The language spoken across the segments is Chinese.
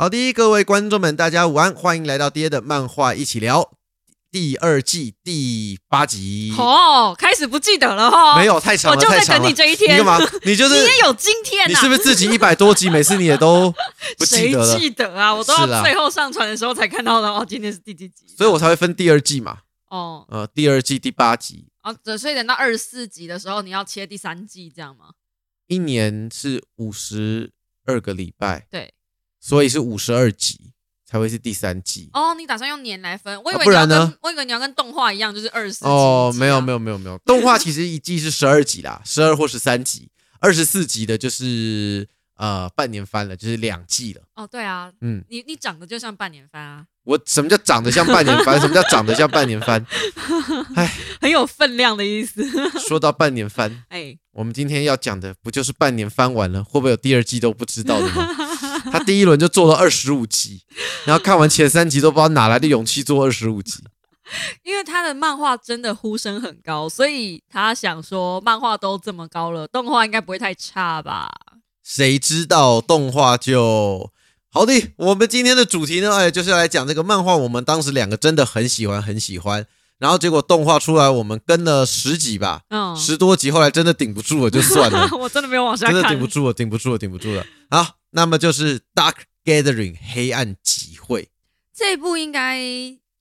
好的，各位观众们，大家午安，欢迎来到爹的漫画一起聊第二季第八集。哦，开始不记得了哦。没有太长我了，就太在长等了你。这一你天。干嘛？你就 你是也有啊今天你呐、是不是自己一百多集，每次你也都不记谁得了？记得啊？我都要是啊最后上传的时候才看到的哦。今天是第几集？所以我才会分第二季嘛，哦呃，第二季第八集，啊，对所以等到二十四集的时候，你要切第三季，这样吗？一年是五十二个礼拜，对。所以是五十二集才会是第三季。哦，你打算用年来分？我以啊为不你要然跟、呢我以为你要跟动画一样，就是二十四集。哦，没有没有。有没有没有， 动画其实一季是十二集啦，十二或十三集，二十四集的就是呃半年番了，就是两季了。哦，对啊，嗯，你你长得就像半年番啊，我什么叫长得像半年番？什么叫长得像半年番？很有分量的意思。说到半年番，哎，我们今天要讲的不就是半年番完了，会不会有第二季都不知道的吗？他第一轮就做了二十五集，然后看完前三集都不知道哪来的勇气做二十五集。因为他的漫画真的呼声很高，所以他想说，漫画都这么高了，动画应该不会太差吧？谁知道动画就好的。我们今天的主题呢，哎，就是来讲这个漫画。我们当时两个真的很喜欢，很喜欢。然后结果动画出来，我们跟了十集吧，嗯，，十多集，后来真的顶不住了，就算了 我真的没有往下真的看顶不。住了，顶不住了，顶不住了。好，那么就是《Dark Gathering》黑暗集会。这一部应该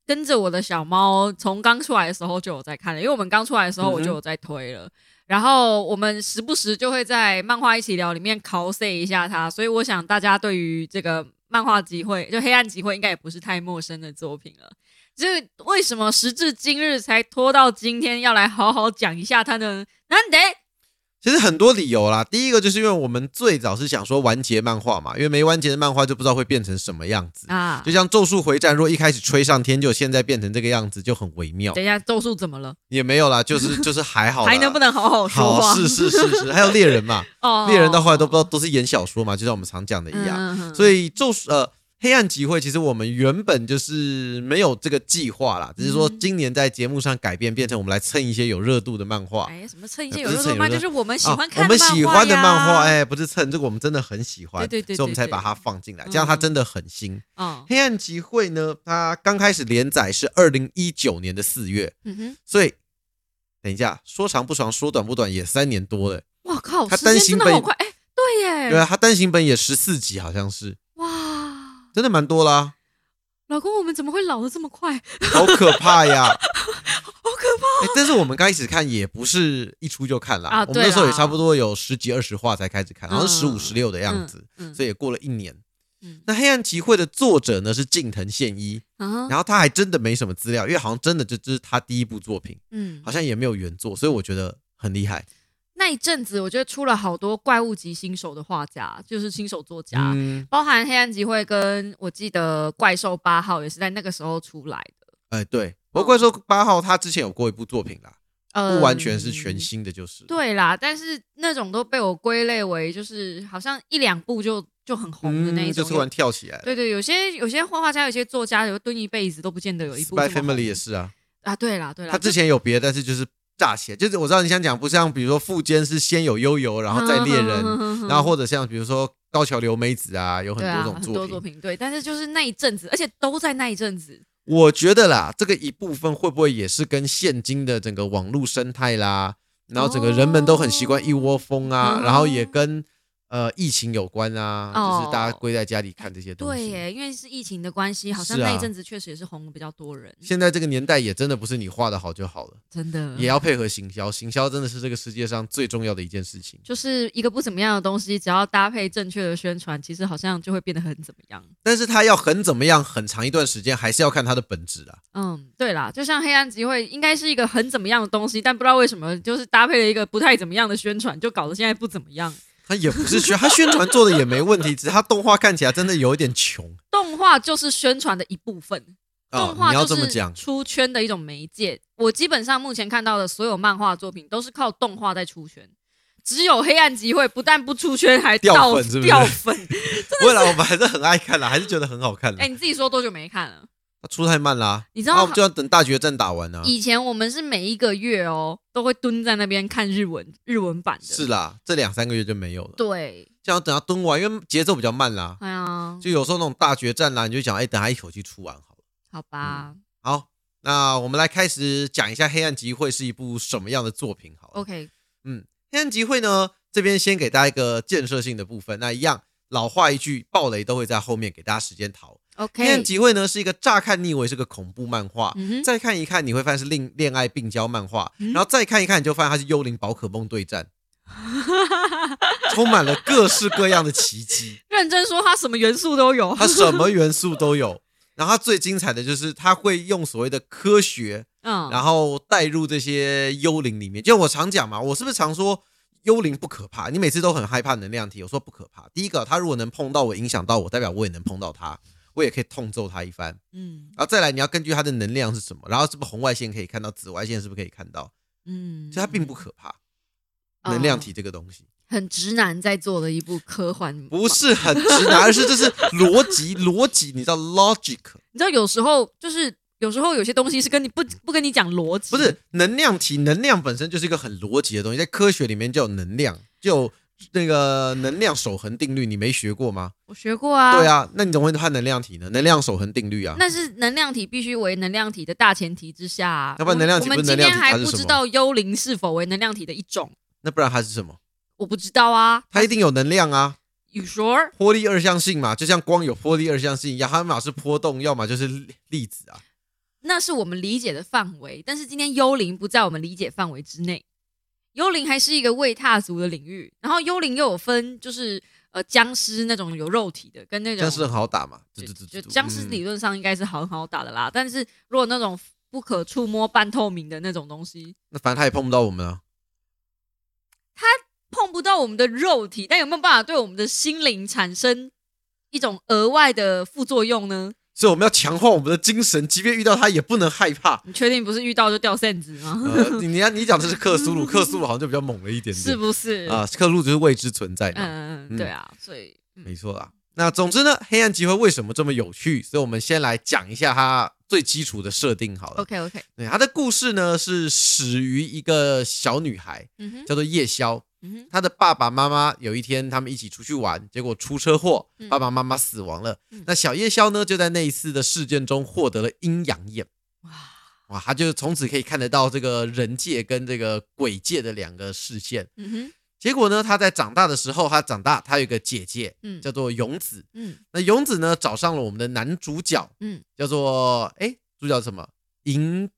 跟着我的小猫从刚出来的时候就有在看了，因为我们刚出来的时候嗯哼我就有在推了。然后我们时不时就会在漫画一起聊里面 cos 一下它，所以我想大家对于这个漫画集会，就黑暗集会，应该也不是太陌生的作品了。就是为什么时至今日才拖到今天要来好好讲一下它呢？难得其实很多理由啦，第一个就是因为我们最早是想说完结漫画嘛，因为没完结的漫画就不知道会变成什么样子。啊就！像《咒术回战》，如果一开始吹上天，就现在变成这个样子，就很微妙。等一下，咒术怎么了？也没有啦，就是 就是还好啦，还能不能好好说好？话？是是是是，还有猎人 嘛，哦猎人到后来都不知道都是演小说嘛，就像我们常讲的一样。嗯嗯嗯所以咒术呃黑暗集会，其实我们原本就是没有这个计划啦，只是说嗯今年在节目上改变，变成我们来蹭一些有热度的漫画。哎，什么蹭一呃些有不是热蹭度有吗？热就是我们喜啊欢，我看们喜欢的漫画，呀，哎，不是蹭这个，我们真的很喜欢，对对对所以我们才对把对它放进来，嗯这样它真的很新。哦，黑暗集会呢，它刚开始连载是二零一九年的四月，嗯哼，所以等一下，说长不长，说短不短，也三年多了。哇靠，他时担间心真的被好快，哎，对耶，对啊，它单行本也十四集，好像是，哇，真的蛮多啦，老公，我们怎么会老的这么快？好可怕 呀！好可怕！哎但是我们刚开始看也不是一出就看啦，啊我们对那时候也啦差不多有十几二十话才开始看，好像十五嗯十六的样子，嗯所以也过了一年。嗯那《黑暗集会》的作者呢是近藤宪一，啊，然后他还真的没什么资料，因为好像真的就这是他第一部作品，嗯好，像也没有原作，所以我觉得很厉害。那一阵子我觉得出了好多怪物级新手的画家，就是新手作家，嗯，包含黑暗集会跟我记得怪兽八号也是在那个时候出来的，哎、对，不过怪嗯兽八号他之前有过一部作品啦，呃，不完全是全新的，就是。对啦，但是那种都被我归类为就是好像一两部就就很红的那一嗯就种。突然跳起来了。对对，有些有些画画家，有些作家，有蹲一辈子都不见得有一部这 Spy 么红。 Family 也是啊，啊，对啦对啦，他之前有别的，但是就是炸起来，就是我知道你想讲，不像比如说富坚是先有悠游，然后再猎嗯 人，然后或或者像比如说高桥留美子啊，有很对多啊，种很多作作。品对，但是就是那一阵子，而且都在那一阵子。我觉得啦，这个一部分会不会也是跟现今的整个网络生态啦，然后整个人们都很习惯一窝蜂啊，哦然后也跟呃疫情有关啊，哦就是大家归在家里看这些东对西。耶，因为是疫情的关系，好像是啊那一阵子确实也是红的比较多人，现在这个年代也真的不是你画的好就好了，真的也要配合行销。行销真的是这个世界上最重要的一件事情。就是一个不怎么样的东西，只要搭配正确的宣传，其实好像就会变得很怎么样。但是它要很怎么样，很长一段时间，还是要看它的本质啊。嗯，对啦，就像黑暗集会应该是一个很怎么样的东西，但不知道为什么就是搭配了一个不太怎么样的宣传，就搞得现在不怎么样。它也不是宣， 它宣传做的也没问题，只是它动画看起来真的有一点穷动画就是宣传的一部分，啊、动画你要就这么是讲，出圈的一种媒介。我基本上目前看到的所有漫画作品都是靠动画在出圈，只有黑暗集会不但不出圈，还掉倒粉是不是掉粉。 未来我们还是很爱看啦，还是觉得很好看啦。哎、你自己说多久没看了？它出太慢啦，你知道啊我们就要等大决战打完啊。以前我们是每一个月哦都会蹲在那边看日文日文版的，是啦，这两三个月就没有了。对，想要等它蹲完，因为节奏比较慢啦。哎呀，就有时候那种大决战啦，你就想，哎，等它一口气出完好了。好吧好，那我们来开始讲一下《黑暗集会》是一部什么样的作品好了。 ，OK，黑暗集会呢，这边先给大家一个建设性的部分。那一样老话一句，暴雷都会在后面给大家时间逃。黑 OK，暗集会呢是一个乍看你以为是个恐怖漫画，嗯哼再看一看你会发现是恋恋爱病娇漫画，嗯然后再看一看你就发现它是幽灵宝可梦对战， 充满了各式各样的奇 迹，认真说，它什么元素都有。它什么元素都有。然后它最精彩的就是它会用所谓的科学， 嗯，然后带入这些幽灵里面。就我常讲嘛，我是不是常说幽灵不可怕？你每次都很害怕能量体，我说不可怕。第一个，它如果能碰到我，影响到我，代表我也能碰到它，我也可以痛揍它一番。嗯然后再来，你要根据它的能量是什么，然后是不是红外线可以看到，紫外线是不是可以看到？嗯，所以它并不可怕。嗯能量体这个东西很直男在做的一部科幻。不是很直男，而是这是逻辑，逻辑，你知道 logic 你知道有时候就是有时候有些东西是跟你不不跟你讲逻辑，不是能量体，能量本身就是一个很逻辑的东西，在科学里面就有能量，就有那个能量守恒定律，你没学过吗？我学过啊，对，啊，那你怎么会看能量体呢？能量守恒定律啊，那是能量体必须为能量体的大前提之下啊、要不然能量体不我们是今能量天体还它是不什知么道幽灵是否为能量体的一种，那不然它是什么？我不知道啊。它一定有能量啊， You sure？波粒二象性嘛，就像光有波粒二象性一样，它嘛是波动，要么就是粒粒子啊。那是我们理解的范围，但是今天幽灵不在我们理解范围之内。幽灵还是一个未踏足的领域，然后幽灵又有分，就是呃僵尸那种有肉体的，跟那种僵尸很好打嘛，就对对就对，就僵尸嗯理论上应该是很好打的啦，但是如果那种不可触摸、半透明的那种东西，那反正它也碰不到我们啊。碰不到我们的肉体，但有没有办法对我们的心灵产生一种额外的副作用呢？所以我们要强化我们的精神，即便遇到它也不能害怕。你确定不是遇到就掉扇子吗？ 呃，你你你讲的是克苏鲁，克苏鲁好像就比较猛了一点点，是不是？啊，克苏鲁就是未知存在嘛，嗯，嗯，对啊，所以嗯没错啦。那总之呢，黑暗集会为什么这么有趣？所以我们先来讲一下它最基础的设定好了。 ，OK OK，对，它的故事呢是始于一个小女孩，嗯哼，叫做夜宵。嗯哼，她的爸爸妈妈有一天他们一起出去玩，结果出车祸嗯，爸爸妈妈死亡了。嗯那小夜宵呢就在那一次的事件中获得了阴阳眼。哇，哇，他就从此可以看得到这个人界跟这个鬼界的两个视线。嗯哼，结果呢，他在长大的时候，他长大，他有一个姐姐嗯叫做勇子。嗯那勇子呢，找上了我们的男主角，嗯，叫做哎，主角什么？银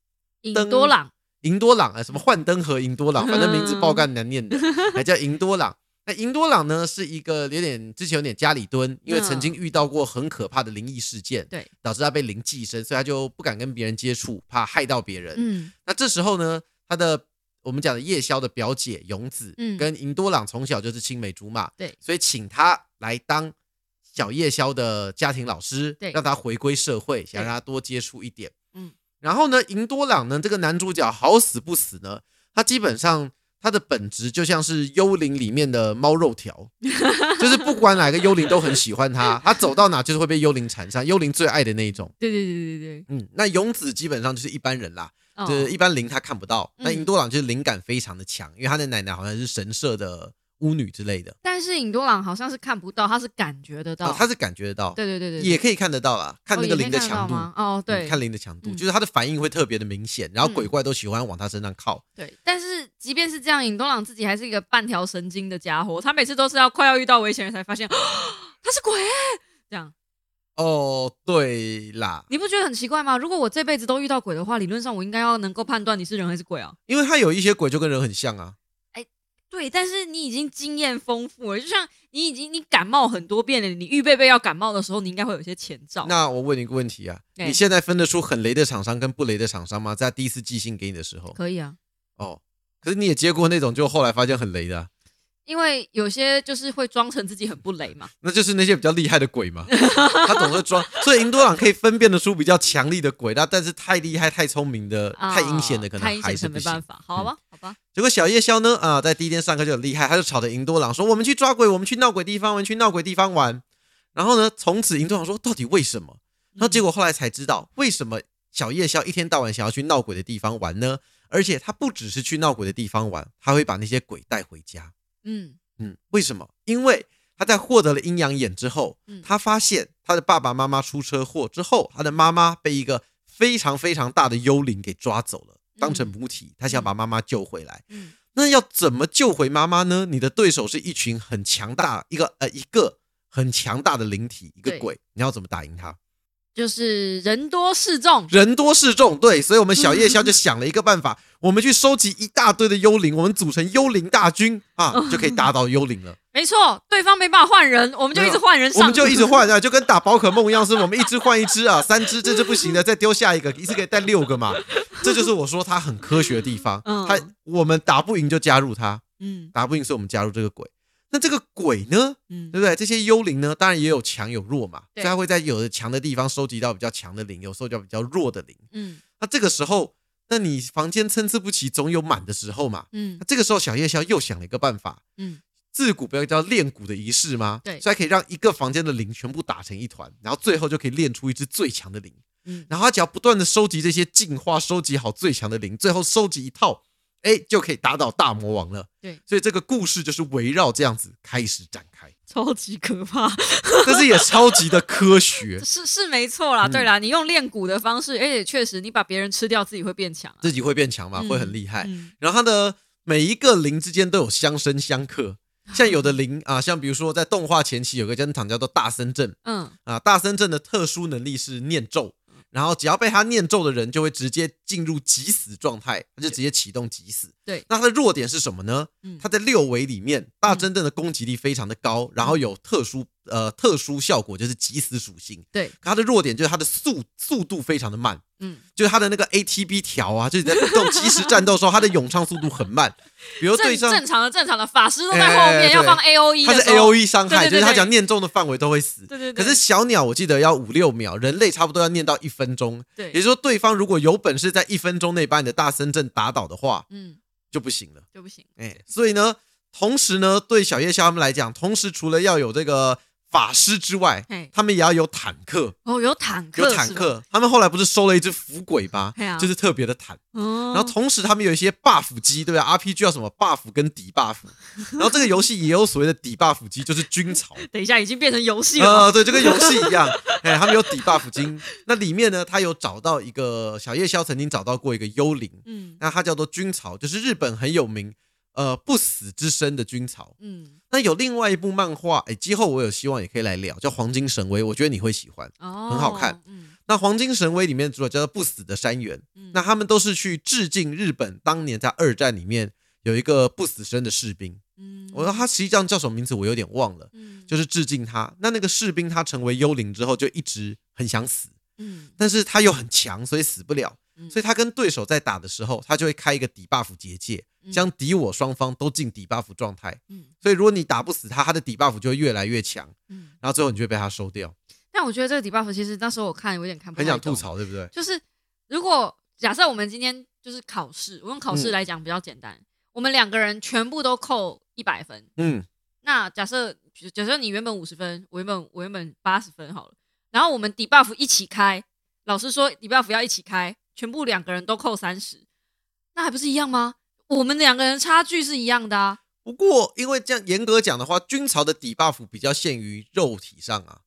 尹灯多朗，银多朗啊，什么幻灯和银多朗，反正名字爆干难念的，还叫银多朗。 那银多朗呢，是一个有点之前有点家里蹲，因为曾经遇到过很可怕的灵异事件，对，导致他被灵寄生，所以他就不敢跟别人接触，怕害到别人。嗯那这时候呢，他的我们讲的夜宵的表姐勇子，嗯跟银多朗从小就是青梅竹马，对所以请他来当小夜宵的家庭老师，对让他回归社会，想让他多接触一点，嗯。然后呢，银多朗呢，这个男主角好死不死呢，他基本上他的本质就像是幽灵里面的猫肉条， 就是不管哪个幽灵都很喜欢他，他走到哪就是会被幽灵缠上，幽灵最爱的那一种。对对对对对，嗯，那勇子基本上就是一般人啦，哦就是一般灵他看不到，嗯但银多朗就是灵感非常的强，因为他的奶奶好像是神社的巫女之类的，但是尹多朗好像是看不到，他是感觉得到啊，他是感觉得到，对对对对，也可以看得到啦，看那个灵的强度，哦，嗯哦对，看灵的强度，嗯就是他的反应会特别的明显，然后嗯鬼怪都喜欢往他身上靠，对。但是即便是这样，尹东朗自己还是一个半条神经的家伙，他每次都是要快要遇到危险了才发现啊他是鬼，这样哦，对啦，你不觉得很奇怪吗？如果我这辈子都遇到鬼的话，理论上我应该要能够判断你是人还是鬼啊。因为他有一些鬼就跟人很像啊，对，但是你已经经验丰富了，就像你已经你感冒很多遍了，你预备备要感冒的时候，你应该会有一些前兆。那我问你一个问题啊，哎你现在分得出很雷的厂商跟不雷的厂商吗？在他第一次寄信给你的时候，可以啊，哦，可是你也接过那种就后来发现很雷的啊、因为有些就是会装成自己很不雷嘛。那就是那些比较厉害的鬼嘛， 他总会装，所以银多朗可以分辨得出比较强力的鬼，那但是太厉害、太聪明的、啊太阴险的可太能阴还险是可不没行嗯办。法，好吧，好吧，结果小夜宵呢，啊，在第一天上课就很厉害，他就吵着银多朗说：“我们去抓鬼，我们去闹鬼地方，我们去闹鬼地方玩。”然后呢，从此银多朗说：“到底为什么？”然后嗯结果后来才知道，为什么小夜宵一天到晚想要去闹鬼的地方玩呢？而且他不只是去闹鬼的地方玩，他会把那些鬼带回家。嗯，嗯，为什么？因为他在获得了阴阳眼之后嗯，他发现他的爸爸妈妈出车祸之后，他的妈妈被一个非常非常大的幽灵给抓走了，当成母体，他想把妈妈救回来。嗯那要怎么救回妈妈呢？你的对手是一群很强大一个呃一个很强大的灵体，一个对鬼，你要怎么打赢他？就是人多势众，人多势众，对，所以我们小夜宵就想了一个办法，我们去收集一大堆的幽灵，我们组成幽灵大军哦啊，就可以打倒幽灵了。没错，对方没办法换人，我们就一直换人上，我们就一直换啊，就跟打宝可梦一样，是我们一只换一只啊， 三只这只不行的，再丢下一个，一次可以带六个嘛。这就是我说它很科学的地方。嗯它我们打不赢就加入它，嗯打不赢是我们加入这个鬼。那这个鬼呢，嗯对不对？这些幽灵呢，当然也有强有弱嘛，所对以它会在有的强的地方收集到比较强的灵，有收集到比较弱的灵。嗯那这个时候，那你房间参差不齐，总有满的时候嘛。嗯那这个时候，小夜宵又想了一个办法，嗯，自古不要叫练蛊的仪式吗？对所以它可以让一个房间的灵全部打成一团，然后最后就可以练出一只最强的灵。嗯然后他只要不断的收集这些进化，收集好最强的灵，最后收集一套，哎，就可以打倒大魔王了。对，所以这个故事就是围绕这样子开始展开，超级可怕，，但是也超级的科学 是是没错啦，嗯对啦，你用练蛊的方式，而且确实你把别人吃掉，自己会变强啊，自己会变强嘛，嗯会很厉害。嗯然后它的每一个灵之间都有相生相克，像有的灵啊，像比如说在动画前期有个珍藏叫做大森阵嗯啊，大森阵的特殊能力是念咒，然后只要被他念咒的人就会直接进入即死状态，他就直接启动即死。对那它的弱点是什么呢？嗯它在六维里面，大真正的攻击力非常的高，然嗯后有特殊呃特殊效果，就是即死属性。对，它的弱点就是它的速速度非常的慢，嗯，就是它的那个 ATB 条啊，就是你在这种即时战斗的时候，它的咏唱速度很慢。比如对正上 正常的正常的法师都在后哎哎哎面要放 A O E 它的是时候， AOE 伤害，对对对就是它对讲念中的范围都会死。对对可对，是小鸟我记得要五六秒，人类差不多要念到一分钟。也就对，是说，对方如果有本事在一分钟内把你的大森阵打倒的话，嗯就不行了。就不行，哎，所以呢，同时呢，对小夜宵他们来讲，同时除了要有这个法师之外，嘿，他们也要有坦克，哦，有坦克，有坦，克。他们后来不是收了一只伏鬼吗嘿啊？就是特别的坦。哦，然后同时他们有一些 buff 机，对吧、r p g 要什么 buff 跟底 buff，然后这个游戏也有所谓的底 buff 机，就是军曹。等一下已经变成游戏了，呃，对，就跟游戏一样， 哎，他们有底 buff 金。那里面呢，他有找到一个小夜宵曾经找到过一个幽灵，嗯那它叫做军曹，就是日本很有名，呃，不死之身的军曹。嗯，那有另外一部漫画，哎，之后我有希望也可以来聊，叫《黄金神威》，我觉得你会喜欢。哦，很好看，嗯那《黄金神威》里面的主角叫做不死的山原，嗯，那他们都是去致敬日本当年在二战里面有一个不死身的士兵，嗯，我说他实际上叫什么名字我有点忘了，嗯，就是致敬他。那那个士兵他成为幽灵之后就一直很想死，嗯但是他又很强，所以死不了。嗯所以他跟对手在打的时候，他就会开一个敌 buff 结界，嗯将敌我双方都进敌 buff 状态。嗯所以如果你打不死他，他的敌 buff 就会越来越强，嗯，然后最后你就会被他收掉。但我觉得这个 debuff 其实那时候我看有点看不很太想吐懂，槽，对不对？就是如果假设我们今天就是考试，我用考嗯试来讲比较简单，我们两个人全部都扣一百分，嗯，那假设假设你原本五十分，我原本我原本八十分好了，然后我们 debuff 一起开，老师说 debuff 要一起开，全部两个人都扣三十，那还不是一样吗？我们两个人差距是一样的啊，不过因为这样严格讲的话，军曹的底 buff 比较限于肉体上啊，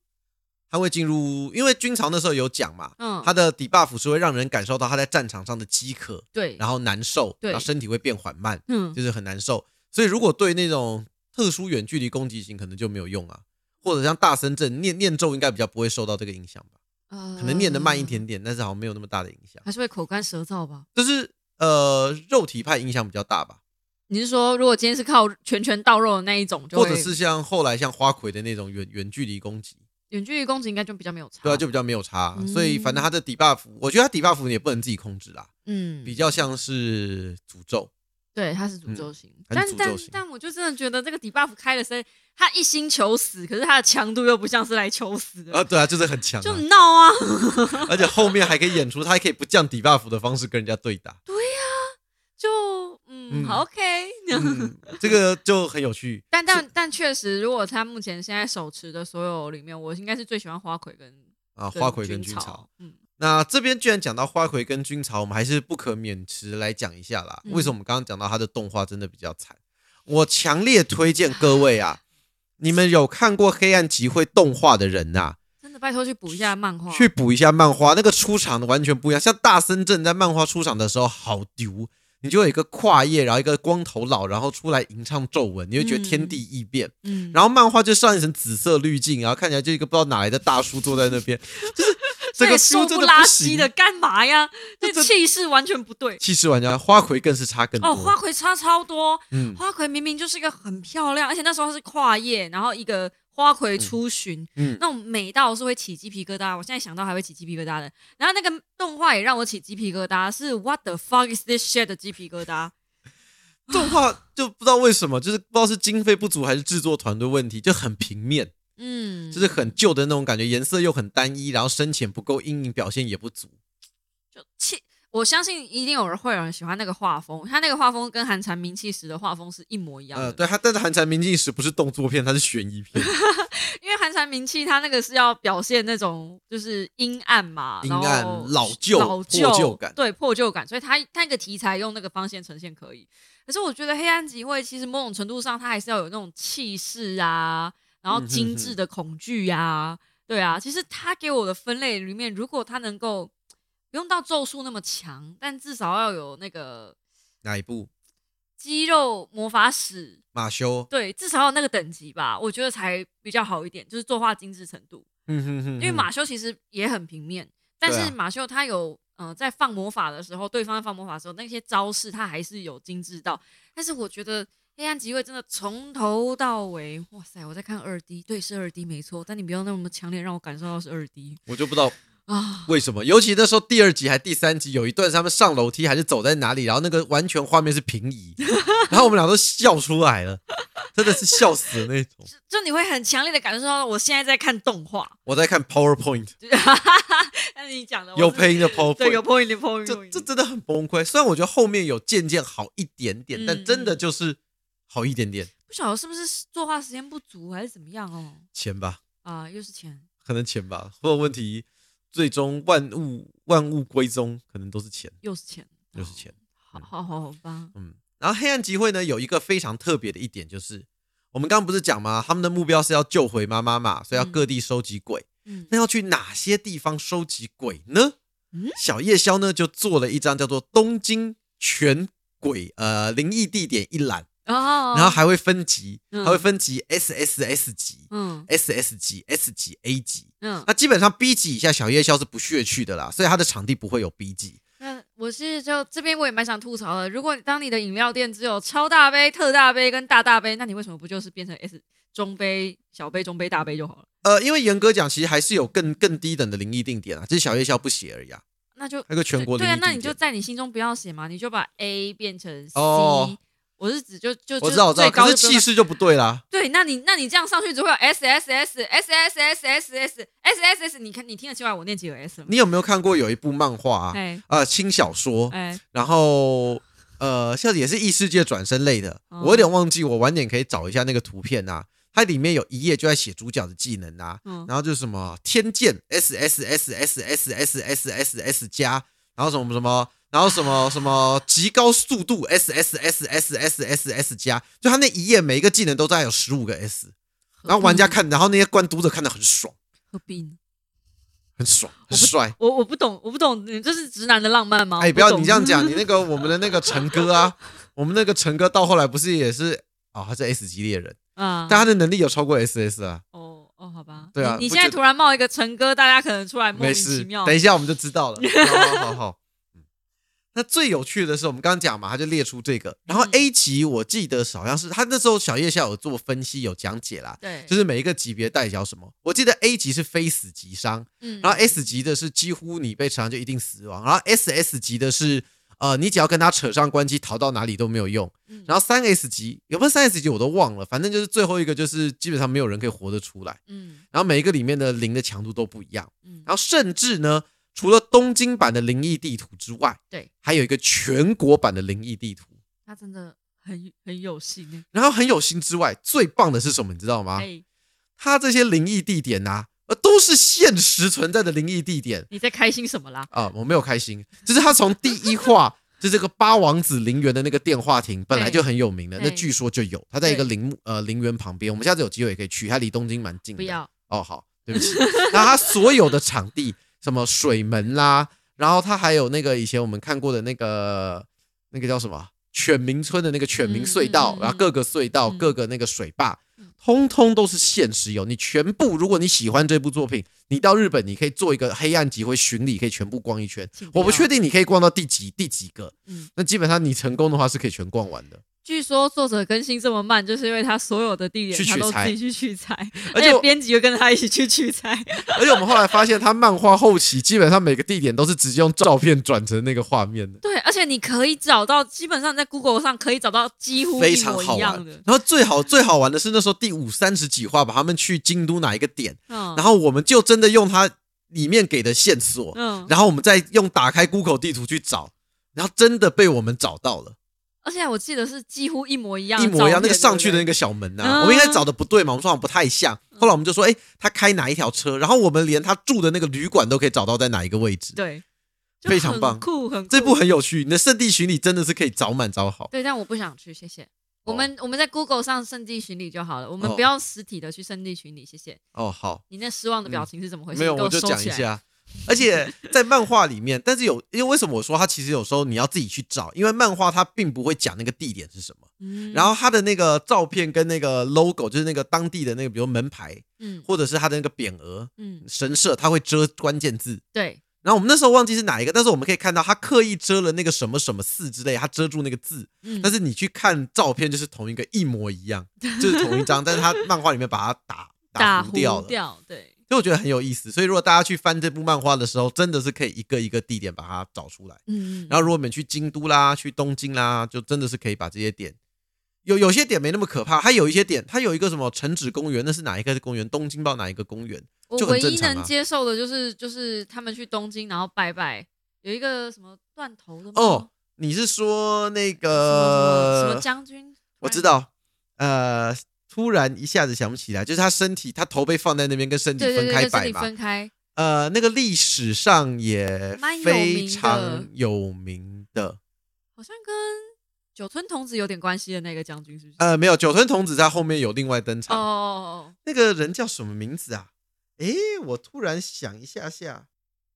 他会进入，因为军曹那时候有讲嘛，嗯，他的底 buff 是会让人感受到他在战场上的饥渴，对，然后难受，对然后身体会变缓慢，嗯就是很难受。所以如果对那种特殊远距离攻击型，可能就没有用啊。或者像大深圳念念咒，应该比较不会受到这个影响吧？呃可能念的慢一，点点，但是好像没有那么大的影响。还是会口干舌燥吧？就是呃，肉体派影响比较大吧，你是说，如果今天是靠拳拳到肉的那一种，就或会者是像后来像花魁的那种远远距离攻击，远距离攻击应该就比较没有差，对啊，就比较没有差。嗯所以反正他的底 buff，我觉得他底 buff 你也不能自己控制啦，嗯，比较像是诅 咒。对，他是诅咒型，很但诅咒但型但我就真的觉得这个 debuff 开了声，他一心求死，可是他的强度又不像是来求死的，啊，对啊，就是很强、就啊，闹啊，而且后面还可以演出他还可以不降底 buff 的方式跟人家对打，就嗯，嗯好 OK。 嗯，这个就很有趣。但但但确实，如果他目前现在手持的所有里面，我应该是最喜欢花魁跟啊，花魁跟军曹曹。，嗯那这边既然讲到花魁跟军曹，我们还是不可免持来讲一下啦。嗯 为什么我们刚刚讲到他的动画真的比较惨？我强烈推荐各位啊，你们有看过《黑暗集会》动画的人呐、真的拜托去补一下漫画，去补一下漫画，那个出场的完全不一样。像大森正在漫画出场的时候好丢，你就有一个跨页，然后一个光头佬，然后出来吟唱咒文，你会觉得天地异变。嗯，然后漫画就上一层紫色滤镜，然后看起来就一个不知道哪来的大叔坐在那边，就是这这也个瘦书不真拉不稀行的，干嘛呀？这这气势完全不对。气势玩家花魁更是差更多。哦，花魁差超多，嗯，花魁明明就是一个很漂亮，而且那时候是跨页，然后一个花魁出巡，嗯嗯那种美到是会起鸡皮疙瘩，我现在想到还会起鸡皮疙瘩的。然后那个动画也让我起鸡皮疙瘩，是 What the fuck is this shit 的鸡皮疙瘩。动画就不知道为什么，就是不知道是经费不足还是制作团队问题，就很平面，嗯，就是很旧的那种感觉，颜色又很单一，然后深浅不够，阴影表现也不足。气，我相信一定有人会有人喜欢那个画风，他那个画风跟韩蝉名气时的画风是一模一样的。呃，对，它但是《寒蝉鸣尽时》不是动作片，它是悬疑片， 因为寒蝉鸣泣，它那个是要表现那种就是阴暗嘛，阴暗然后老旧老旧破旧感对破旧感，所以它它那个题材用那个方向呈现可以。可是我觉得黑暗集会其实某种程度上，它还是要有那种气势啊，然后嗯哼精致的恐惧呀、啊，对啊。其实它给我的分类里面，如果它能够不用到咒术那么强，但至少要有那个哪一部？肌肉魔法使，马修，对，至少要有那个等级吧，我觉得才比较好一点，就是作画精致程度。嗯哼哼，因因为马修其实也很平面，但对啊是马修他有呃在放魔法的时候，对方在放魔法的时候，那些招式他还是有精致到。但是我觉得黑暗集会真的从头到尾，哇塞！我在看二 D，对，是二 D 没错，但你不要那么强烈让我感受到是二 D 我就不知道啊。为什么，尤其那时候第二集还第三集有一段，他们上楼梯还是走在哪里，然后那个完全画面是平移， 然后我们俩都笑出来了，真的是笑死的那种。就你会很强烈的感受到，我现在在看动画。我在看 PowerPoint，那你讲的我有是配音的对有 PowerPoint， point 的 point，这这真的很崩溃。虽然我觉得后面有渐渐好一点点，嗯但真的就是好一点点，不晓得是不是作画时间不足还是怎么样哦？钱吧，啊、又是钱，可能钱吧，所有问题最终万物万物归宗，可能都是钱，又是钱，又是钱。好。好好好吧，嗯，然后黑暗集会呢有一个非常特别的一点，就是我们刚刚不是讲吗？他们的目标是要救回妈妈嘛，所以要嗯各地收集鬼。嗯那要去哪些地方收集鬼呢？嗯小夜宵呢就做了一张叫做《东京全鬼呃灵异地点一览》，哦，然后还会分级，嗯还会分级 S S S 级、嗯 S S 级、S 级 A 级。嗯，那基本上 B 级以下小夜宵是不屑去的啦，所以它的场地不会有 B 级。那我是就这边我也蛮想吐槽的。如果当你的饮料店只有超大杯、特大杯跟大大杯，那你为什么不就是变成 S 中杯、小杯、中杯、大杯就好了？呃，因为严格讲，其实还是有更更低等的灵异定点啊，只是小夜宵不写而已啊。那就 还有个全国对灵啊，异那定你就点。在你心中不要写嘛，你就把 A 变成 C。哦我是指就就我知道，我知就道，最高可就是不用气势就不对啦。对，那你那你这样上去只会有 S S S S S S S S S S S，你看你听得出来我念几个 S 吗？你有没有看过有一部漫画啊？哎呃，轻小说，哎，然后呃，像也是异世界转身类的，哦我有点忘记，我晚点可以找一下那个图片啊。它里面有一页就在写主角的技能啊，嗯然后就是什么天剑 S S S S S S S S S 加，然后什么什么，然后什么什么极高速度 S S S S S S S 加，就他那一页每一个技能都大概有十五个 S，然后玩家看，然后那些观读者看的很爽，何必呢？很爽，我很不帅。我我不懂，我不懂，你这是直男的浪漫吗？哎，啊我不要懂你这样讲，你那个我们的那个陈哥啊，我们那个陈哥到后来不是也是啊、他是 S 级猎人，啊但！他的能力有超过 SS 啊，哦哦，好吧，对啊你你不现在觉得突然冒一个陈哥，大家可能出来莫没名其事，妙。等一下我们就知 道了。好好好好，嗯那最有趣的是我们刚刚讲嘛，他就列出这个，然后嗯 A 级我记得是好像是他那时候小夜校有做分析有讲解啦，对，就是是每一个级别代表什么，我记得 A 级是非死即伤，嗯然后 S 级的是几乎你被缠就一定死亡，然后 SS 级的是呃你只要跟他扯上关系，逃到哪里都没有用嗯。然后三 S 级有没有三 S 级我都忘了，反正就是最后一个就是基本上没有人可以活得出来。嗯然后每一个里面的零的强度都不一样，嗯，然后甚至呢，除了东京版的灵异地图之外，对，还有一个全国版的灵异地图。他真的很很有心欸然后很有心之外，最棒的是什么？你知道吗？哎，它这些灵异地点呐、呃，都是现实存在的灵异地点。你在开心什么啦？ 啊、我没有开心，就是他从第一话就这个八王子陵园的那个电话亭，本来对就很有名的，那对据说就有，它在一个对陵呃陵园旁边，我们下次有机会也可以去，它离东京蛮近的。不要，哦，好，对不起。那它所有的场地，什么水门啦，然后它还有那个以前我们看过的那个那个叫什么犬鸣村的那个犬鸣隧道，嗯嗯嗯然后各个隧道、嗯各个那个水坝嗯，通通都是现实有。你全部，如果你喜欢这部作品，你到日本你可以做一个黑暗集会巡礼，可以全部逛一圈。请不我不要确定你可以逛到第几第几个，啊嗯那基本上你成功的话是可以全逛完的。据说作者更新这么慢，就是因为他所有的地点去他取都材自己去取材，而而且且我编辑又跟他一起去取材。 而且我们后来发现，他漫画后期基本上每个地点都是直接用照片转成那个画面的。对，而且你可以找到，基本上在 Google 上可以找到几乎非一常模好一玩样的。。然后最好最好玩的是那时候第五三十几话，把他们去京都哪一个点，嗯，然后我们就真的用它里面给的线索，嗯，然后我们再用打开 Google 地图去找，然后真的被我们找到了，而且我记得是几乎一模一样一的照片，模一样那个上去的那个个小门呐、啊嗯我们应该找的不对嘛，我们说好像不太像。后来我们就说，哎，他开哪一条车？然后我们连他住的那个旅馆都可以找到在哪一个位置。对，就非常很棒酷很酷这部很有趣，你的圣地巡礼真的是可以找满找好。对，但我不想去，谢谢。哦我们我们在 Google 上圣地巡礼就好了，我们哦不要实体的去圣地巡礼，谢谢。哦，好，你那失望的表情是怎么回事？嗯没有，你给我就收讲起一来。下。而且在漫画里面，但是有，因为为什么我说它其实有时候你要自己去找，因为漫画它并不会讲那个地点是什么，嗯，然后它的那个照片跟那个 logo，就是那个当地的那个，比如门牌嗯或者是它的那个匾额、嗯，神社，它会遮关键字。 对，然后我们那时候忘记是哪一个，但是我们可以看到它刻意遮了那个什么什么寺之类，它遮住那个字，嗯，但是你去看照片就是同一个一模一样，就是同一张，但是它漫画里面把它打打糊掉了。掉，对，所以我觉得很有意思。所以如果大家去翻这部漫画的时候，真的是可以一个一个地点把它找出来。嗯，然后如果你们去京都啦、去东京啦，就真的是可以把这些点，有有些点没那么可怕，它有一些点，它有一个什么城址公园，那是哪一个公园？东京不知道哪一个公园？我就很唯正一常能啊接受的就是就是他们去东京，然后拜拜，有一个什么断头的吗哦，你是说那什么什么什个么？将军？我知，道，呃。突然一下子想不起来，就是他身体，他头被放在那边，跟身体对对分对，开跟身摆体嘛。分开，呃，那个历史上也蛮有非名的常有名的。好像跟九村童子有点关系的那个将军是不是？呃，没有，九村童子在后面有另外登哦场。哦那个人叫什么名字啊？诶，我突然想一下下，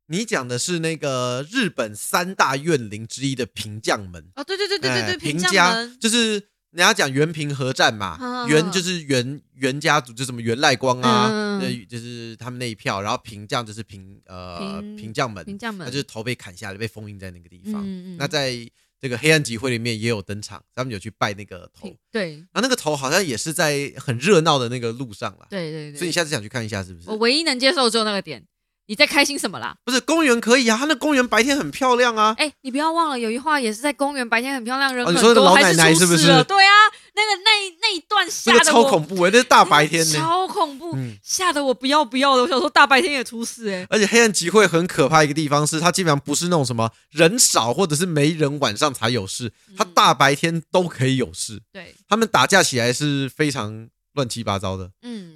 你讲的是那个日本三大怨灵之一的平将门。哦，对对对对哎对对，平将家门，就是人家讲原平和战嘛，嗯原就是原原家族，就什么原赖光啊，嗯那就是他们那一票，然后平将就是平呃平平将门，平将他门，就是头被砍下来，被封印在那个地方。嗯嗯那在这个黑暗集会里面也有登场，他们有去拜那个头，平对然后那个头好像也是在很热闹的那个路上啦。对对对，所以你下次想去看一下是不是我？唯一能接受的只有那个点，你在开心什么啦？不是公园可以啊，它那公园白天很漂亮啊。哎、你不要忘了，有一话也是在公园白天很漂亮，人哦很你说多，那个老奶奶还是是不出是事了？对啊，那个那一那一段吓那个得超我，恐怖哎、那是大白天呢、超恐怖嗯，吓、得我不要不要的。我想说大白天也出事哎、而且黑暗集会很可怕一个地方是，它基本上不是那种什么人少或者是没人晚上才有事，它嗯大白天都可以有事。对，他们打架起来是非常乱七八糟的。嗯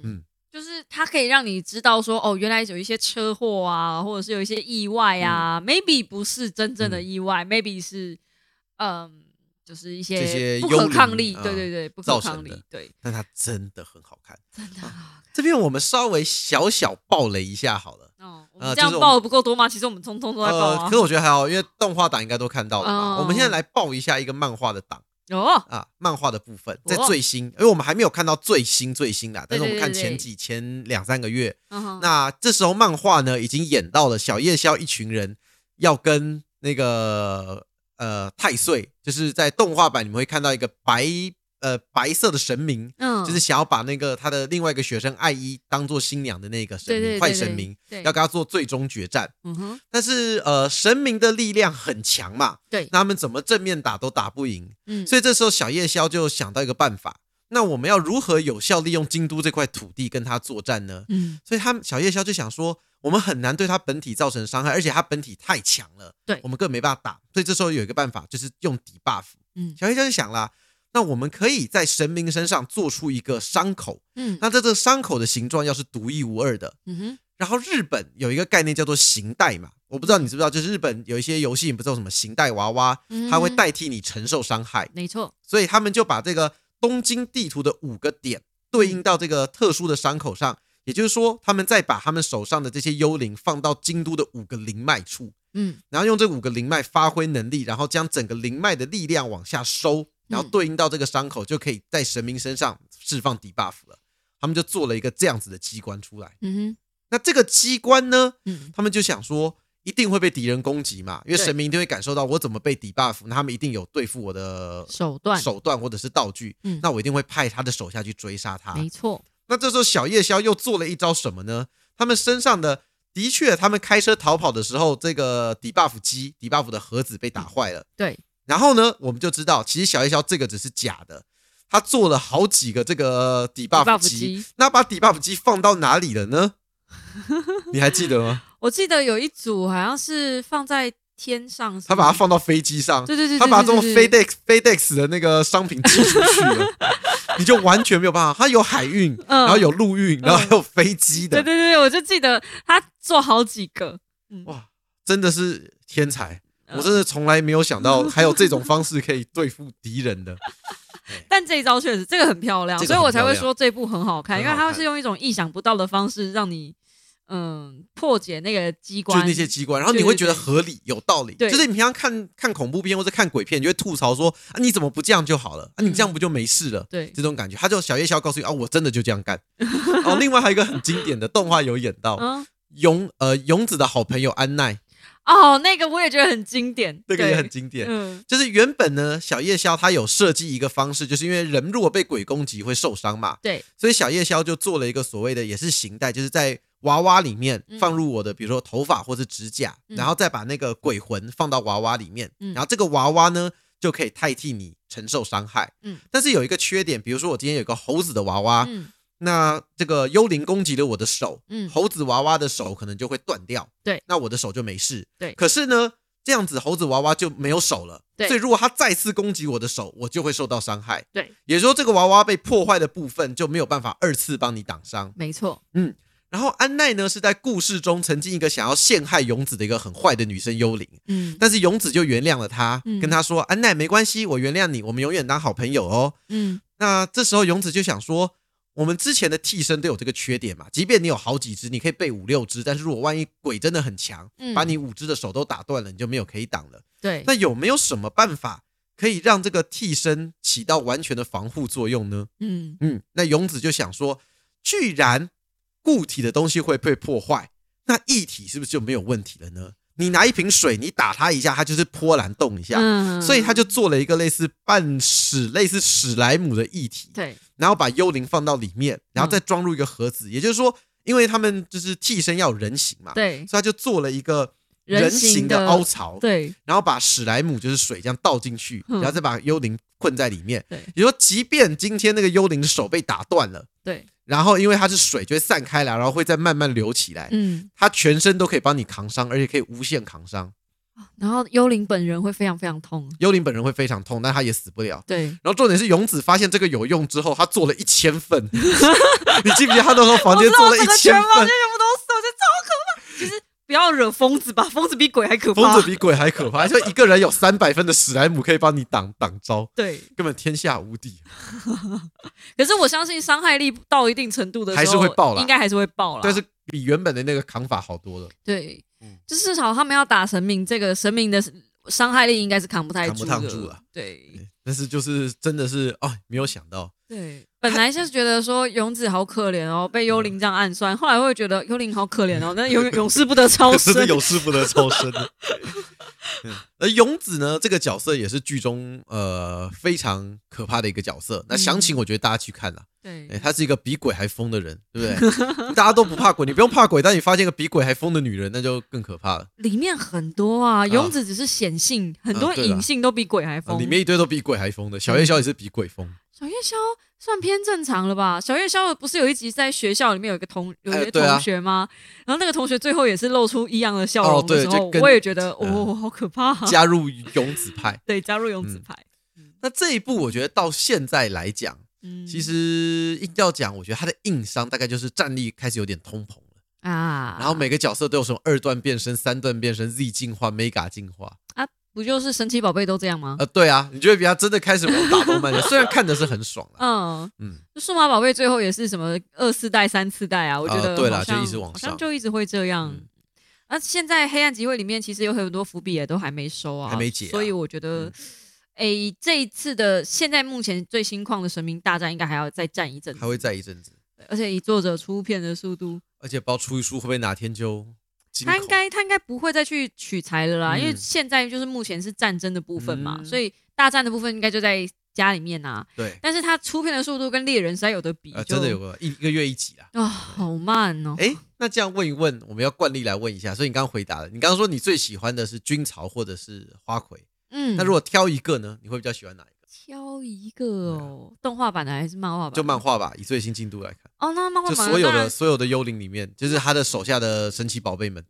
嗯嗯，就是它可以让你知道说，哦，原来有一些车祸啊，或者是有一些意外啊、m 嗯 a y b e 不是真正的意外、m a y b e 是嗯。就是一这些些不幽可灵抗力，啊对对对，不造可成抗力的，对，但它真的很好看。真的啊。这边我们稍微小小暴雷一下好了。哦，我呃们就这样是我们报的不够多吗？其实我们通通都在报呃，啊可是。我觉得还好，因为动画党应该都看到了嘛。哦我们现在来报一下一个漫画的档哦，啊，漫画的部分在哦最新，因为我们还没有看到最新最新啦，但对是我们对看对前对几前两三个月，嗯哼那这时候漫画呢已经演到了小夜宵一群人要跟那个呃太岁，就是在动画版你们会看到一个白呃白色的神明，嗯，就是想要把那个他的另外一个学生艾伊当做新娘的那个神对明对坏神明，，对对要跟他做最终决战。嗯哼，但是呃，神明的力量很强嘛，对那他们怎么正面打都打不赢，嗯，所以这时候小夜宵就想到一个办法，那我们要如何有效利用京都这块土地跟他作战呢？嗯，所以他们小夜宵就想说，我们很难对他本体造成伤害，而且他本体太强了，对我们根本没办法打。所以这时候有一个办法，就是用底 buff。嗯小夜宵就想啦，那我们可以在神明身上做出一个伤口，嗯那这个伤口的形状要是独一无二的，嗯哼，然后日本有一个概念叫做形带嘛，我我不知道你知不知道，就是日本有一些游戏不是有什么形带娃娃，嗯它会代替你承受伤害，没错，所以他们就把这个东京地图的五个点对应到这个特殊的伤口上，也就是说，他们再把他们手上的这些幽灵放到京都的五个灵脉处，嗯然后用这五个灵脉发挥能力，然后将整个灵脉的力量往下收，然后对应到这个伤口，就可以在神明身上释放 debuff 了。他们就做了一个这样子的机关出来。嗯那这个机关呢，哼嗯他们就想说，一定会被敌人攻击嘛，因为对神明一定会感受到我怎么被 debuff，那他们一定有对付我的手段，手段或者是道具，嗯那我一定会派他的手下去追杀他。没错，那这时候小夜宵又做了一招什么呢？他们身上的的确，他们开车逃跑的时候，这个 debuff 机 debuff 的盒子被打坏了。对，然后呢，我们就知道，其实小夜宵这个只是假的，他做了好几个这个 debuff debuff 机机。那把 debuff 机放到哪里了呢？你还记得吗？我记得有一组好像是放在天上是吗，他把它放到飞机上，对，对对对对，他把这种对对对 FedEx FedEx 的那个商品寄出去了，你就完全没有办法。它有海运，嗯然后有陆运，然后还有飞机对的，对对，我就记得他做好几个，哇，真的是天才！嗯我真的从来没有想到还有这种方式可以对付敌人 的。但这一招确实这个很漂亮，这个所以很我才漂会亮说这部很好看，因为很好它看是用一种意想不到的方式让你嗯破解那个机就是关，那些机关，然后你对会对觉得对合理、有道理。对就是你平常看看恐怖片或者看鬼片，你就会吐槽说啊，你怎么不这样就好了？啊，你这样不就没事了？嗯对这种感觉，他就小夜宵告诉你啊，我真的就这样 干。哦，另外还有一个很经典的动画有演到，嗯勇呃勇子的好朋友安奈，哦，那个我也觉得很经典，这个对也很经典。嗯就是原本呢，小夜宵他有设计一个方式，就是因为人如果被鬼攻击会受伤嘛，对所以小夜宵就做了一个所谓的也是形带，就是在娃娃里面嗯放入我的，比如说头发或是指甲，嗯然后再把那个鬼魂放到娃娃里面，嗯然后这个娃娃呢就可以代替你承受伤害。嗯，但是有一个缺点，比如说我今天有个猴子的娃娃，嗯那这个幽灵攻击了我的手，嗯猴子娃娃的手可能就会断掉，对，那我的手就没事，对可是呢，这样子猴子娃娃就没有手了，对所以如果它再次攻击我的手，我就会受到伤害，对，也就是说这个娃娃被破坏的部分就没有办法二次帮你挡伤。没错，然后安奈呢是在故事中曾经一个想要陷害勇子的一个很坏的女生幽灵，嗯但是勇子就原谅了她，嗯跟她说安奈没关系，我原谅你，我们永远当好朋友哦。嗯那这时候勇子就想说，我们之前的替身都有这个缺点嘛，即便你有好几只，你可以备五六只，但是如果万一鬼真的很强，嗯，把你五只的手都打断了，你就没有可以挡了。对那有没有什么办法可以让这个替身起到完全的防护作用呢？嗯嗯，那勇子就想说，居然固体的东西会被破坏，那液体是不是就没有问题了呢？你拿一瓶水，你打它一下，它就是波澜动一下，嗯所以他就做了一个类似半史、类似史莱姆的液体，嗯对然后把幽灵放到里嗯面，然后再装入一个盒子。也就是说，因为他们就是替身要有人形嘛，所对以他就做了一个人人形形的的凹槽，对然后把史莱姆就是水这样倒进去，嗯然后再把幽灵困在里面。对也就是说，即便今天那个幽灵的手被打断了，对然后因为它是水就会散开来，然后会再慢慢流起来，嗯，它全身都可以帮你扛伤，而且可以无限扛伤。然后幽灵本人会非常非常痛，幽灵本人会非常痛，但他也死不了。对，然后重点是，勇子发现这个有用之后，他做了一千 份。你记不记得他那时候我房知间道做了整一个千全房份间？全部都是，我觉得超可怕。其实不要惹疯子吧， 疯子比鬼还可怕。疯子比鬼还可怕，就一个人有三百分的史莱姆可以帮你挡挡招，对，根本天下无敌。可是我相信伤害力到一定程度的时候，还是会爆啦应该还是会爆啦。但是比原本的那个扛法好多了，对嗯，就至少他们要打神明，这个神明的伤害力应该是扛不太住的。扛不太住啊啦对但是就是真的是哦，没有想到，对，本来就是觉得说勇子好可怜哦，被幽灵这样暗嗯算，后来会觉得幽灵好可怜哦， 那永永世不得超真生的。有师傅的超 生的。嗯而勇子呢，这个角色也是剧中呃非常可怕的一个角色。那详嗯情我觉得大家去看啦。对哎、，他是一个比鬼还疯的人，对 不对？大家都不怕鬼，你不用怕鬼，但你发现一个比鬼还疯的女人，那就更可怕了。里面很多啊，勇子只是显性，很多啊对啦隐性都比鬼还啊疯。里面一堆都比鬼还疯的，小夜宵也是比鬼疯，小月宵算偏正常了吧？小月宵不是有一集在学校里面有一个同有一哎个对啊同学吗？然后那个同学最后也是露出异样的笑哦容对的时候，就跟我也觉得嗯哦，好可怕、啊。加嗯入勇子派。对，加入勇子派，那这一部我觉得到现在来讲，嗯，其实硬要讲，我觉得它的硬伤大概就是战力开始有点通膨了。啊，然后每个角色都有什么二段变身、三段变身、Z 进化、Mega 进化。啊，不就是神奇宝贝都这样吗？呃，对啊，你就会比他真的开始玩打动漫了，虽然看的是很爽啦。嗯，嗯，数码宝贝最后也是什么二四代、三四代啊，我觉得啊对啦好像就一直往好像上就一直会这样嗯。那、现在黑暗集会里面其实有很多伏笔也都还没收啊，还没解啊所以我觉得嗯，诶、这一次的现在目前最新况的神明大战应该还要再战一阵嗯子还，会在一阵子，而且以作者出片的速度，而且不知道出一出会不会哪天就惊他恐应该他应该不会再去取材了啦，嗯因为现在就是目前是战争的部分嘛，嗯所以大战的部分应该就在家里面啊。对，但是他出片的速度跟猎人实在有得比，呃，就真的有个一一个月一集啊。啊、好慢哦。哎，那这样问一问，我们要惯例来问一下，所以你刚刚回答了，你刚刚说你最喜欢的是军曹或者是花魁，嗯，那如果挑一个呢，你会比较喜欢哪一个？挑一个哦，动画版的还是漫画版的？啊就漫画吧，以最新进度来看，哦，那漫画就版所有当的然所有的幽灵里面，就是他的手下的神奇宝贝们。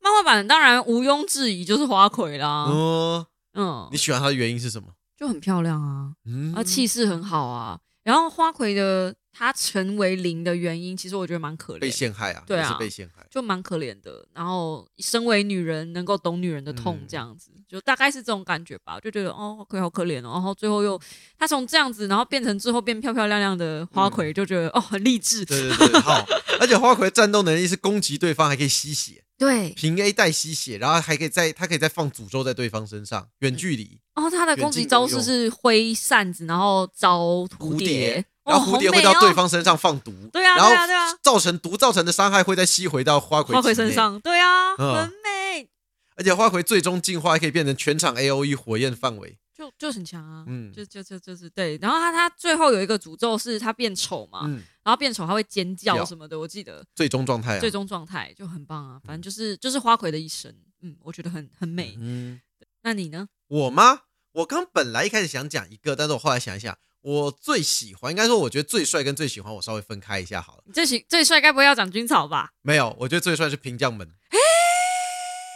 漫画版的当然毋庸置疑就是花魁啦，哦，嗯你，喜欢他的原因是什么？就很漂亮啊，嗯啊气势很好啊。然后花魁的她成为零的原因，其实我觉得蛮可被怜的，陷害啊，对啊也是被陷害。就蛮可怜的。然后身为女人，能够懂女人的痛嗯，这样子、就大概是这种感觉吧。就觉得哦，花魁好可怜哦。然后最后又她从这样子，然后变成之后变漂漂亮亮的花魁，就觉得哦很励志。嗯对对对，好，而且花魁战斗能力是攻击对方还可以吸血，对，平 A 带吸血，然后还可以再他可以再放诅咒在对方身上，远距离，哦，他的攻击招式是挥扇子，然后招蝴蝴蝶哦然后蝴蝶会好美哦到对方身上放毒，对啊，然对啊，对后啊，造成毒造成的伤害会再吸回到花魁花魁体内身，上，对啊，嗯很美，而且花魁最终进化还可以变成全场 A O E 火焰范围，就就很强啊，嗯就就就就是对。然后他他最后有一个诅咒是他变丑嘛，嗯，然后变丑他会尖叫叫什么的，我记得最终状态啊，最终状态就很棒啊，反正就是就是花魁的一生，嗯，我觉得很很美。嗯，那你呢？我吗？我刚本来一开始想讲一个，但是我后来想一想，我最喜欢，应该说我觉得最帅跟最喜欢，我稍微分开一下好了。你最喜最帅该不会要讲军草吧？没有，我觉得最帅是平将门。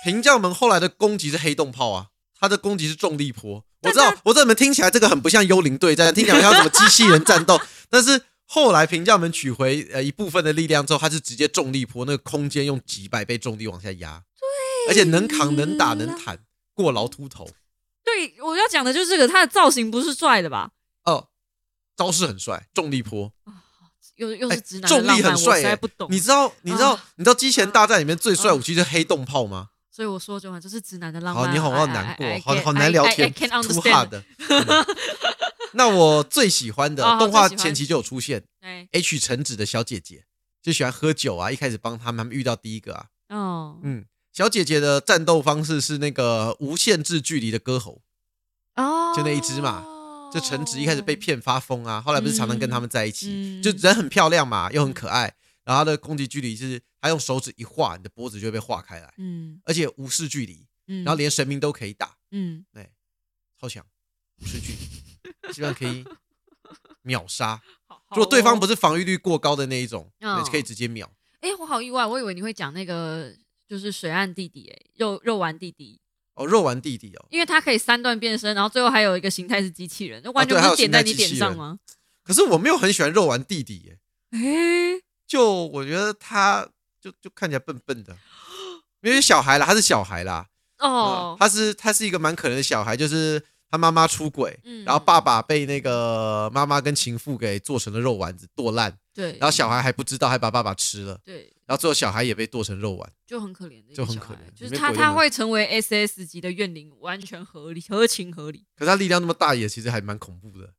平将门后来的攻击是黑洞炮啊，他的攻击是重力波。我知道，我知道你们听起来这个很不像幽灵对战，听起来像什么机器人战斗， 但是后来平将门取回呃一部分的力量之后，他是直接重力波，那个空间用几百倍重力往下压，对，而且能扛能打能弹，过牢秃头对，我要讲的就是这个，他的造型不是帅的吧？哦，招式很帅，重力波。又又哎是直男的重浪力漫，很我帅实耶、在不懂。你知道你知道、啊你知道机器人大战里面最帅啊武器是黑洞炮吗？所以我说就嘛，这是直男的浪漫。好，你好， I- 好 I- 难过 I-，I 好 can- 好难聊 I- 天 I can ，too hard understand。的。嗯那我最喜欢的哦好动画最喜欢前期就有出现哎， H 橙子的小姐姐，就喜欢喝酒啊。一开始帮他们他们遇到第一个啊，哦嗯，小姐姐的战斗方式是那个无限制距离的歌喉，哦就那一只嘛。就橙子一开始被，骗发疯啊，后来不是常常跟他们在一起，嗯就人很漂亮嘛，又很可爱。然后她的攻击距离是，她用手指一划，你的脖子就会被划开来，嗯而且无视距离，嗯，然后连神明都可以打。嗯超强，五十距离，基本上可 以秒杀。好，如果对方不是，是防御率过高的那一种，嗯对可以直接秒。哎，我好意外，我以为你会讲那个就是水岸弟弟，哎，肉肉丸弟弟，哦，肉丸弟弟哦，因为他可以三段变身，然后最后还有一个形态是机器人，那完全哦对还不有是点在形态你机点器上人吗？可是我没有很喜欢肉丸弟弟耶，哎，就我觉得他就就看起来笨笨的，因为小孩啦，他是小孩啦，哦嗯，他是他是一个蛮可怜的小孩，就是他妈妈出轨。嗯然后爸爸被那个妈妈跟情妇给做成了肉丸子剁烂，对，然后小孩还不知道，还把爸爸吃了，对。然后最后小孩也被剁成肉丸。就很可怜的一个就很小可孩怜就是没他鬼他用会成为 S S 级的怨灵，完全合理，合情合理。可是他力量那么大，也其实还蛮恐怖的。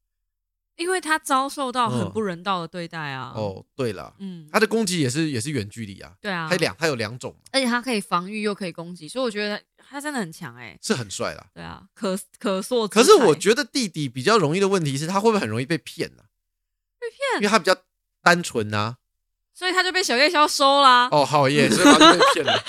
因为他遭受到很嗯不人道的对待啊。，哦，对了，嗯，他的攻击也是也是远距离啊，对啊，他两他有两种嘛，而且他可以防御又可以攻击，所以我觉得他真的很强哎、是很帅啦。对啊，可可塑之才。可是我觉得弟弟比较容易的问题是他会不会很容易被骗呢、被因骗为他比较单纯啊。所以他就被小夜宵收啦，哦，好耶，所以他就被骗了。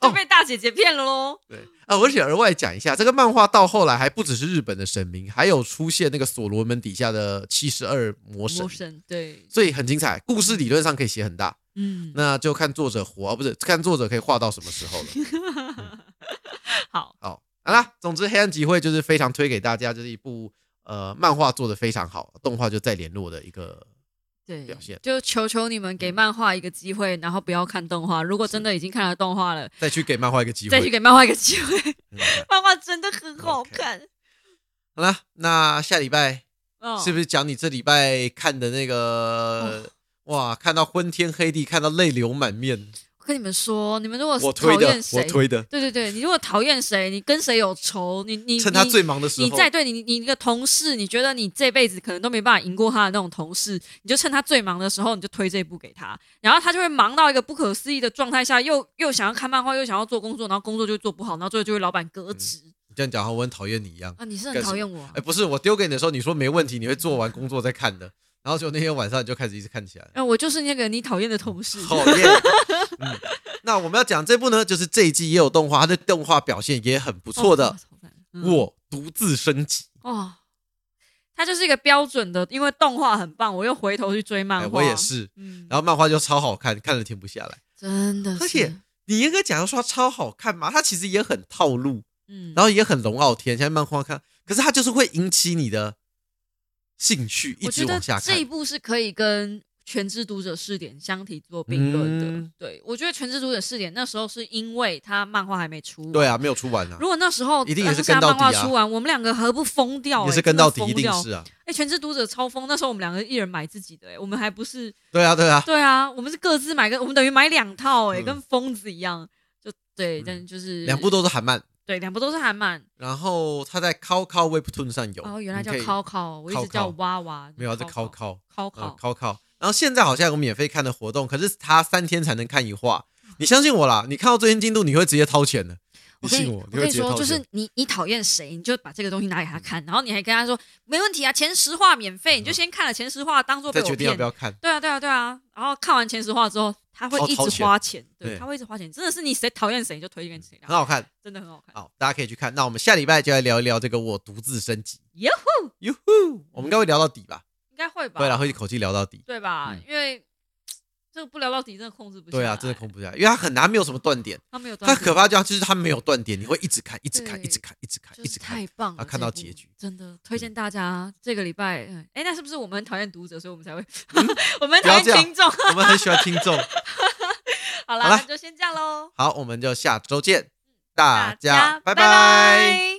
哦就被大姐姐骗了喽。对啊，我且额外讲一下，这个漫画到后来还不只是日本的神明，还有出现那个所罗门底下的七十二魔神魔，神对，所以很精彩。故事理论上可以写很大，嗯，那就看作者活，啊、不是看作者可以画到什么时候了。 好， 好，好啦，总之《黑暗集会》就是非常推给大家，就是一部呃漫画做的非常好，动画就再联络的一个对表现嗯就求求你们给漫画一个机会，然后不要看动画。如果真的已经看了动画了，再去给漫画一个机会。再去给漫画一个机会。嗯好漫画真的很好看，好啦，那下礼拜嗯，是不是？是讲你这礼拜看的那个？哦哇，看到昏天黑地，看到泪流满面。我跟你们说，你们如果我哦讨推的厌，谁，我推的，对对对，你如果讨厌谁，你跟谁有仇，你你趁他你最忙的时你候，再对你你你一个同事，你觉得你这辈子可能都没办法赢过他的那种同事，你就趁他最忙的时候，你就推这一部给他，然后他就会忙到一个不可思议的状态下，又又想要看漫画，又想要做工作，然后工作就做不好，然后最后就会老板革职、你这样讲，好像我很讨厌你一样。啊！你是很嗯干什么讨厌我啊、哎，不是，我丢给你的时候，你说没问题，你会做完工作再看的。然后就那天晚上你就开始一直看起来了。呃我就是那个你讨厌的同事。讨哦 厌。嗯，那我们要讲这部呢，就是这一季也有动画，它的动画表现也很不错的。哦超赞嗯我独自升级，哦，它就是一个标准的，因为动画很棒，我又回头去追哎，漫画。我也，是。嗯，然后漫画就超好看，看了停不下来。真的是，而且你应该讲要说它超好看嘛，它其实也很套路，嗯，然后也很龙傲天。现在漫画看，可是它就是会引起你的兴趣，一我直觉得往下这一看。部是可以跟《全职读者试点》相提做并论的。嗯对，我觉得《全职读者试点》那时候是因为它漫画还没出，对。啊，没有出完啊，如果那时候一定也是当下跟到漫画底啊出完，我们两个何不疯掉、欸？也是跟到底，真的一疯定掉是啊。哎、全职读者超疯！那时候我们两个一人买自己的、欸，我们还不是对啊，对啊，对啊，我们是各自买个，我们等于买两套、欸，哎、嗯跟疯子一样。就对，嗯但就是两部都是韩漫。对，两部都是韩漫。然后它在 Cow Cow Webtoon 上有，哦，原来你叫可以考考，我一直考叫考哇哇。没有，它是 Cow 考 Cow。考啊考，考考。然后现在好像有免费看的活动，可是他三天才能看一话。你相信我啦，你看到最新进度，你会直接掏钱的。我跟信你我，我会跟你直接说，掏就是钱。你你讨厌谁，你就把这个东西拿给他看，然后你还跟他说没问题啊，前十话免费，你就先看了前十话，当做被嗯再我决定要骗不。要看。对啊，对啊，对啊。然后看完前十话之后，他会掏一掏直钱花钱，对，对他会一直花钱，真的是你谁讨厌谁就推荐谁，啊很好看，真的很好看。好，大家可以去看。那我们下礼拜就来聊一聊这个我独自升级。哟呼哟呼，我们应该会聊到底吧？应该会吧？对啦，啊会一口气聊到底。对吧嗯？因为这个不聊到底，真的控制不下来。对啊，真的控不下来，因为它很难，没有什么断点。他没有断它点，可怕就就是它没有断点，你会一直看，一直看，对一直看，一直看，就一是直看太。棒了，啊看到这部结局，真的推荐大家这个礼拜，嗯哎，那是不是我们很讨厌读者，所以我们才会， 我们很讨嗯不要这厌样听众？ 我们很喜欢听众。好了，好啦那就先这样喽，好，我们就下周见，大嗯大家拜拜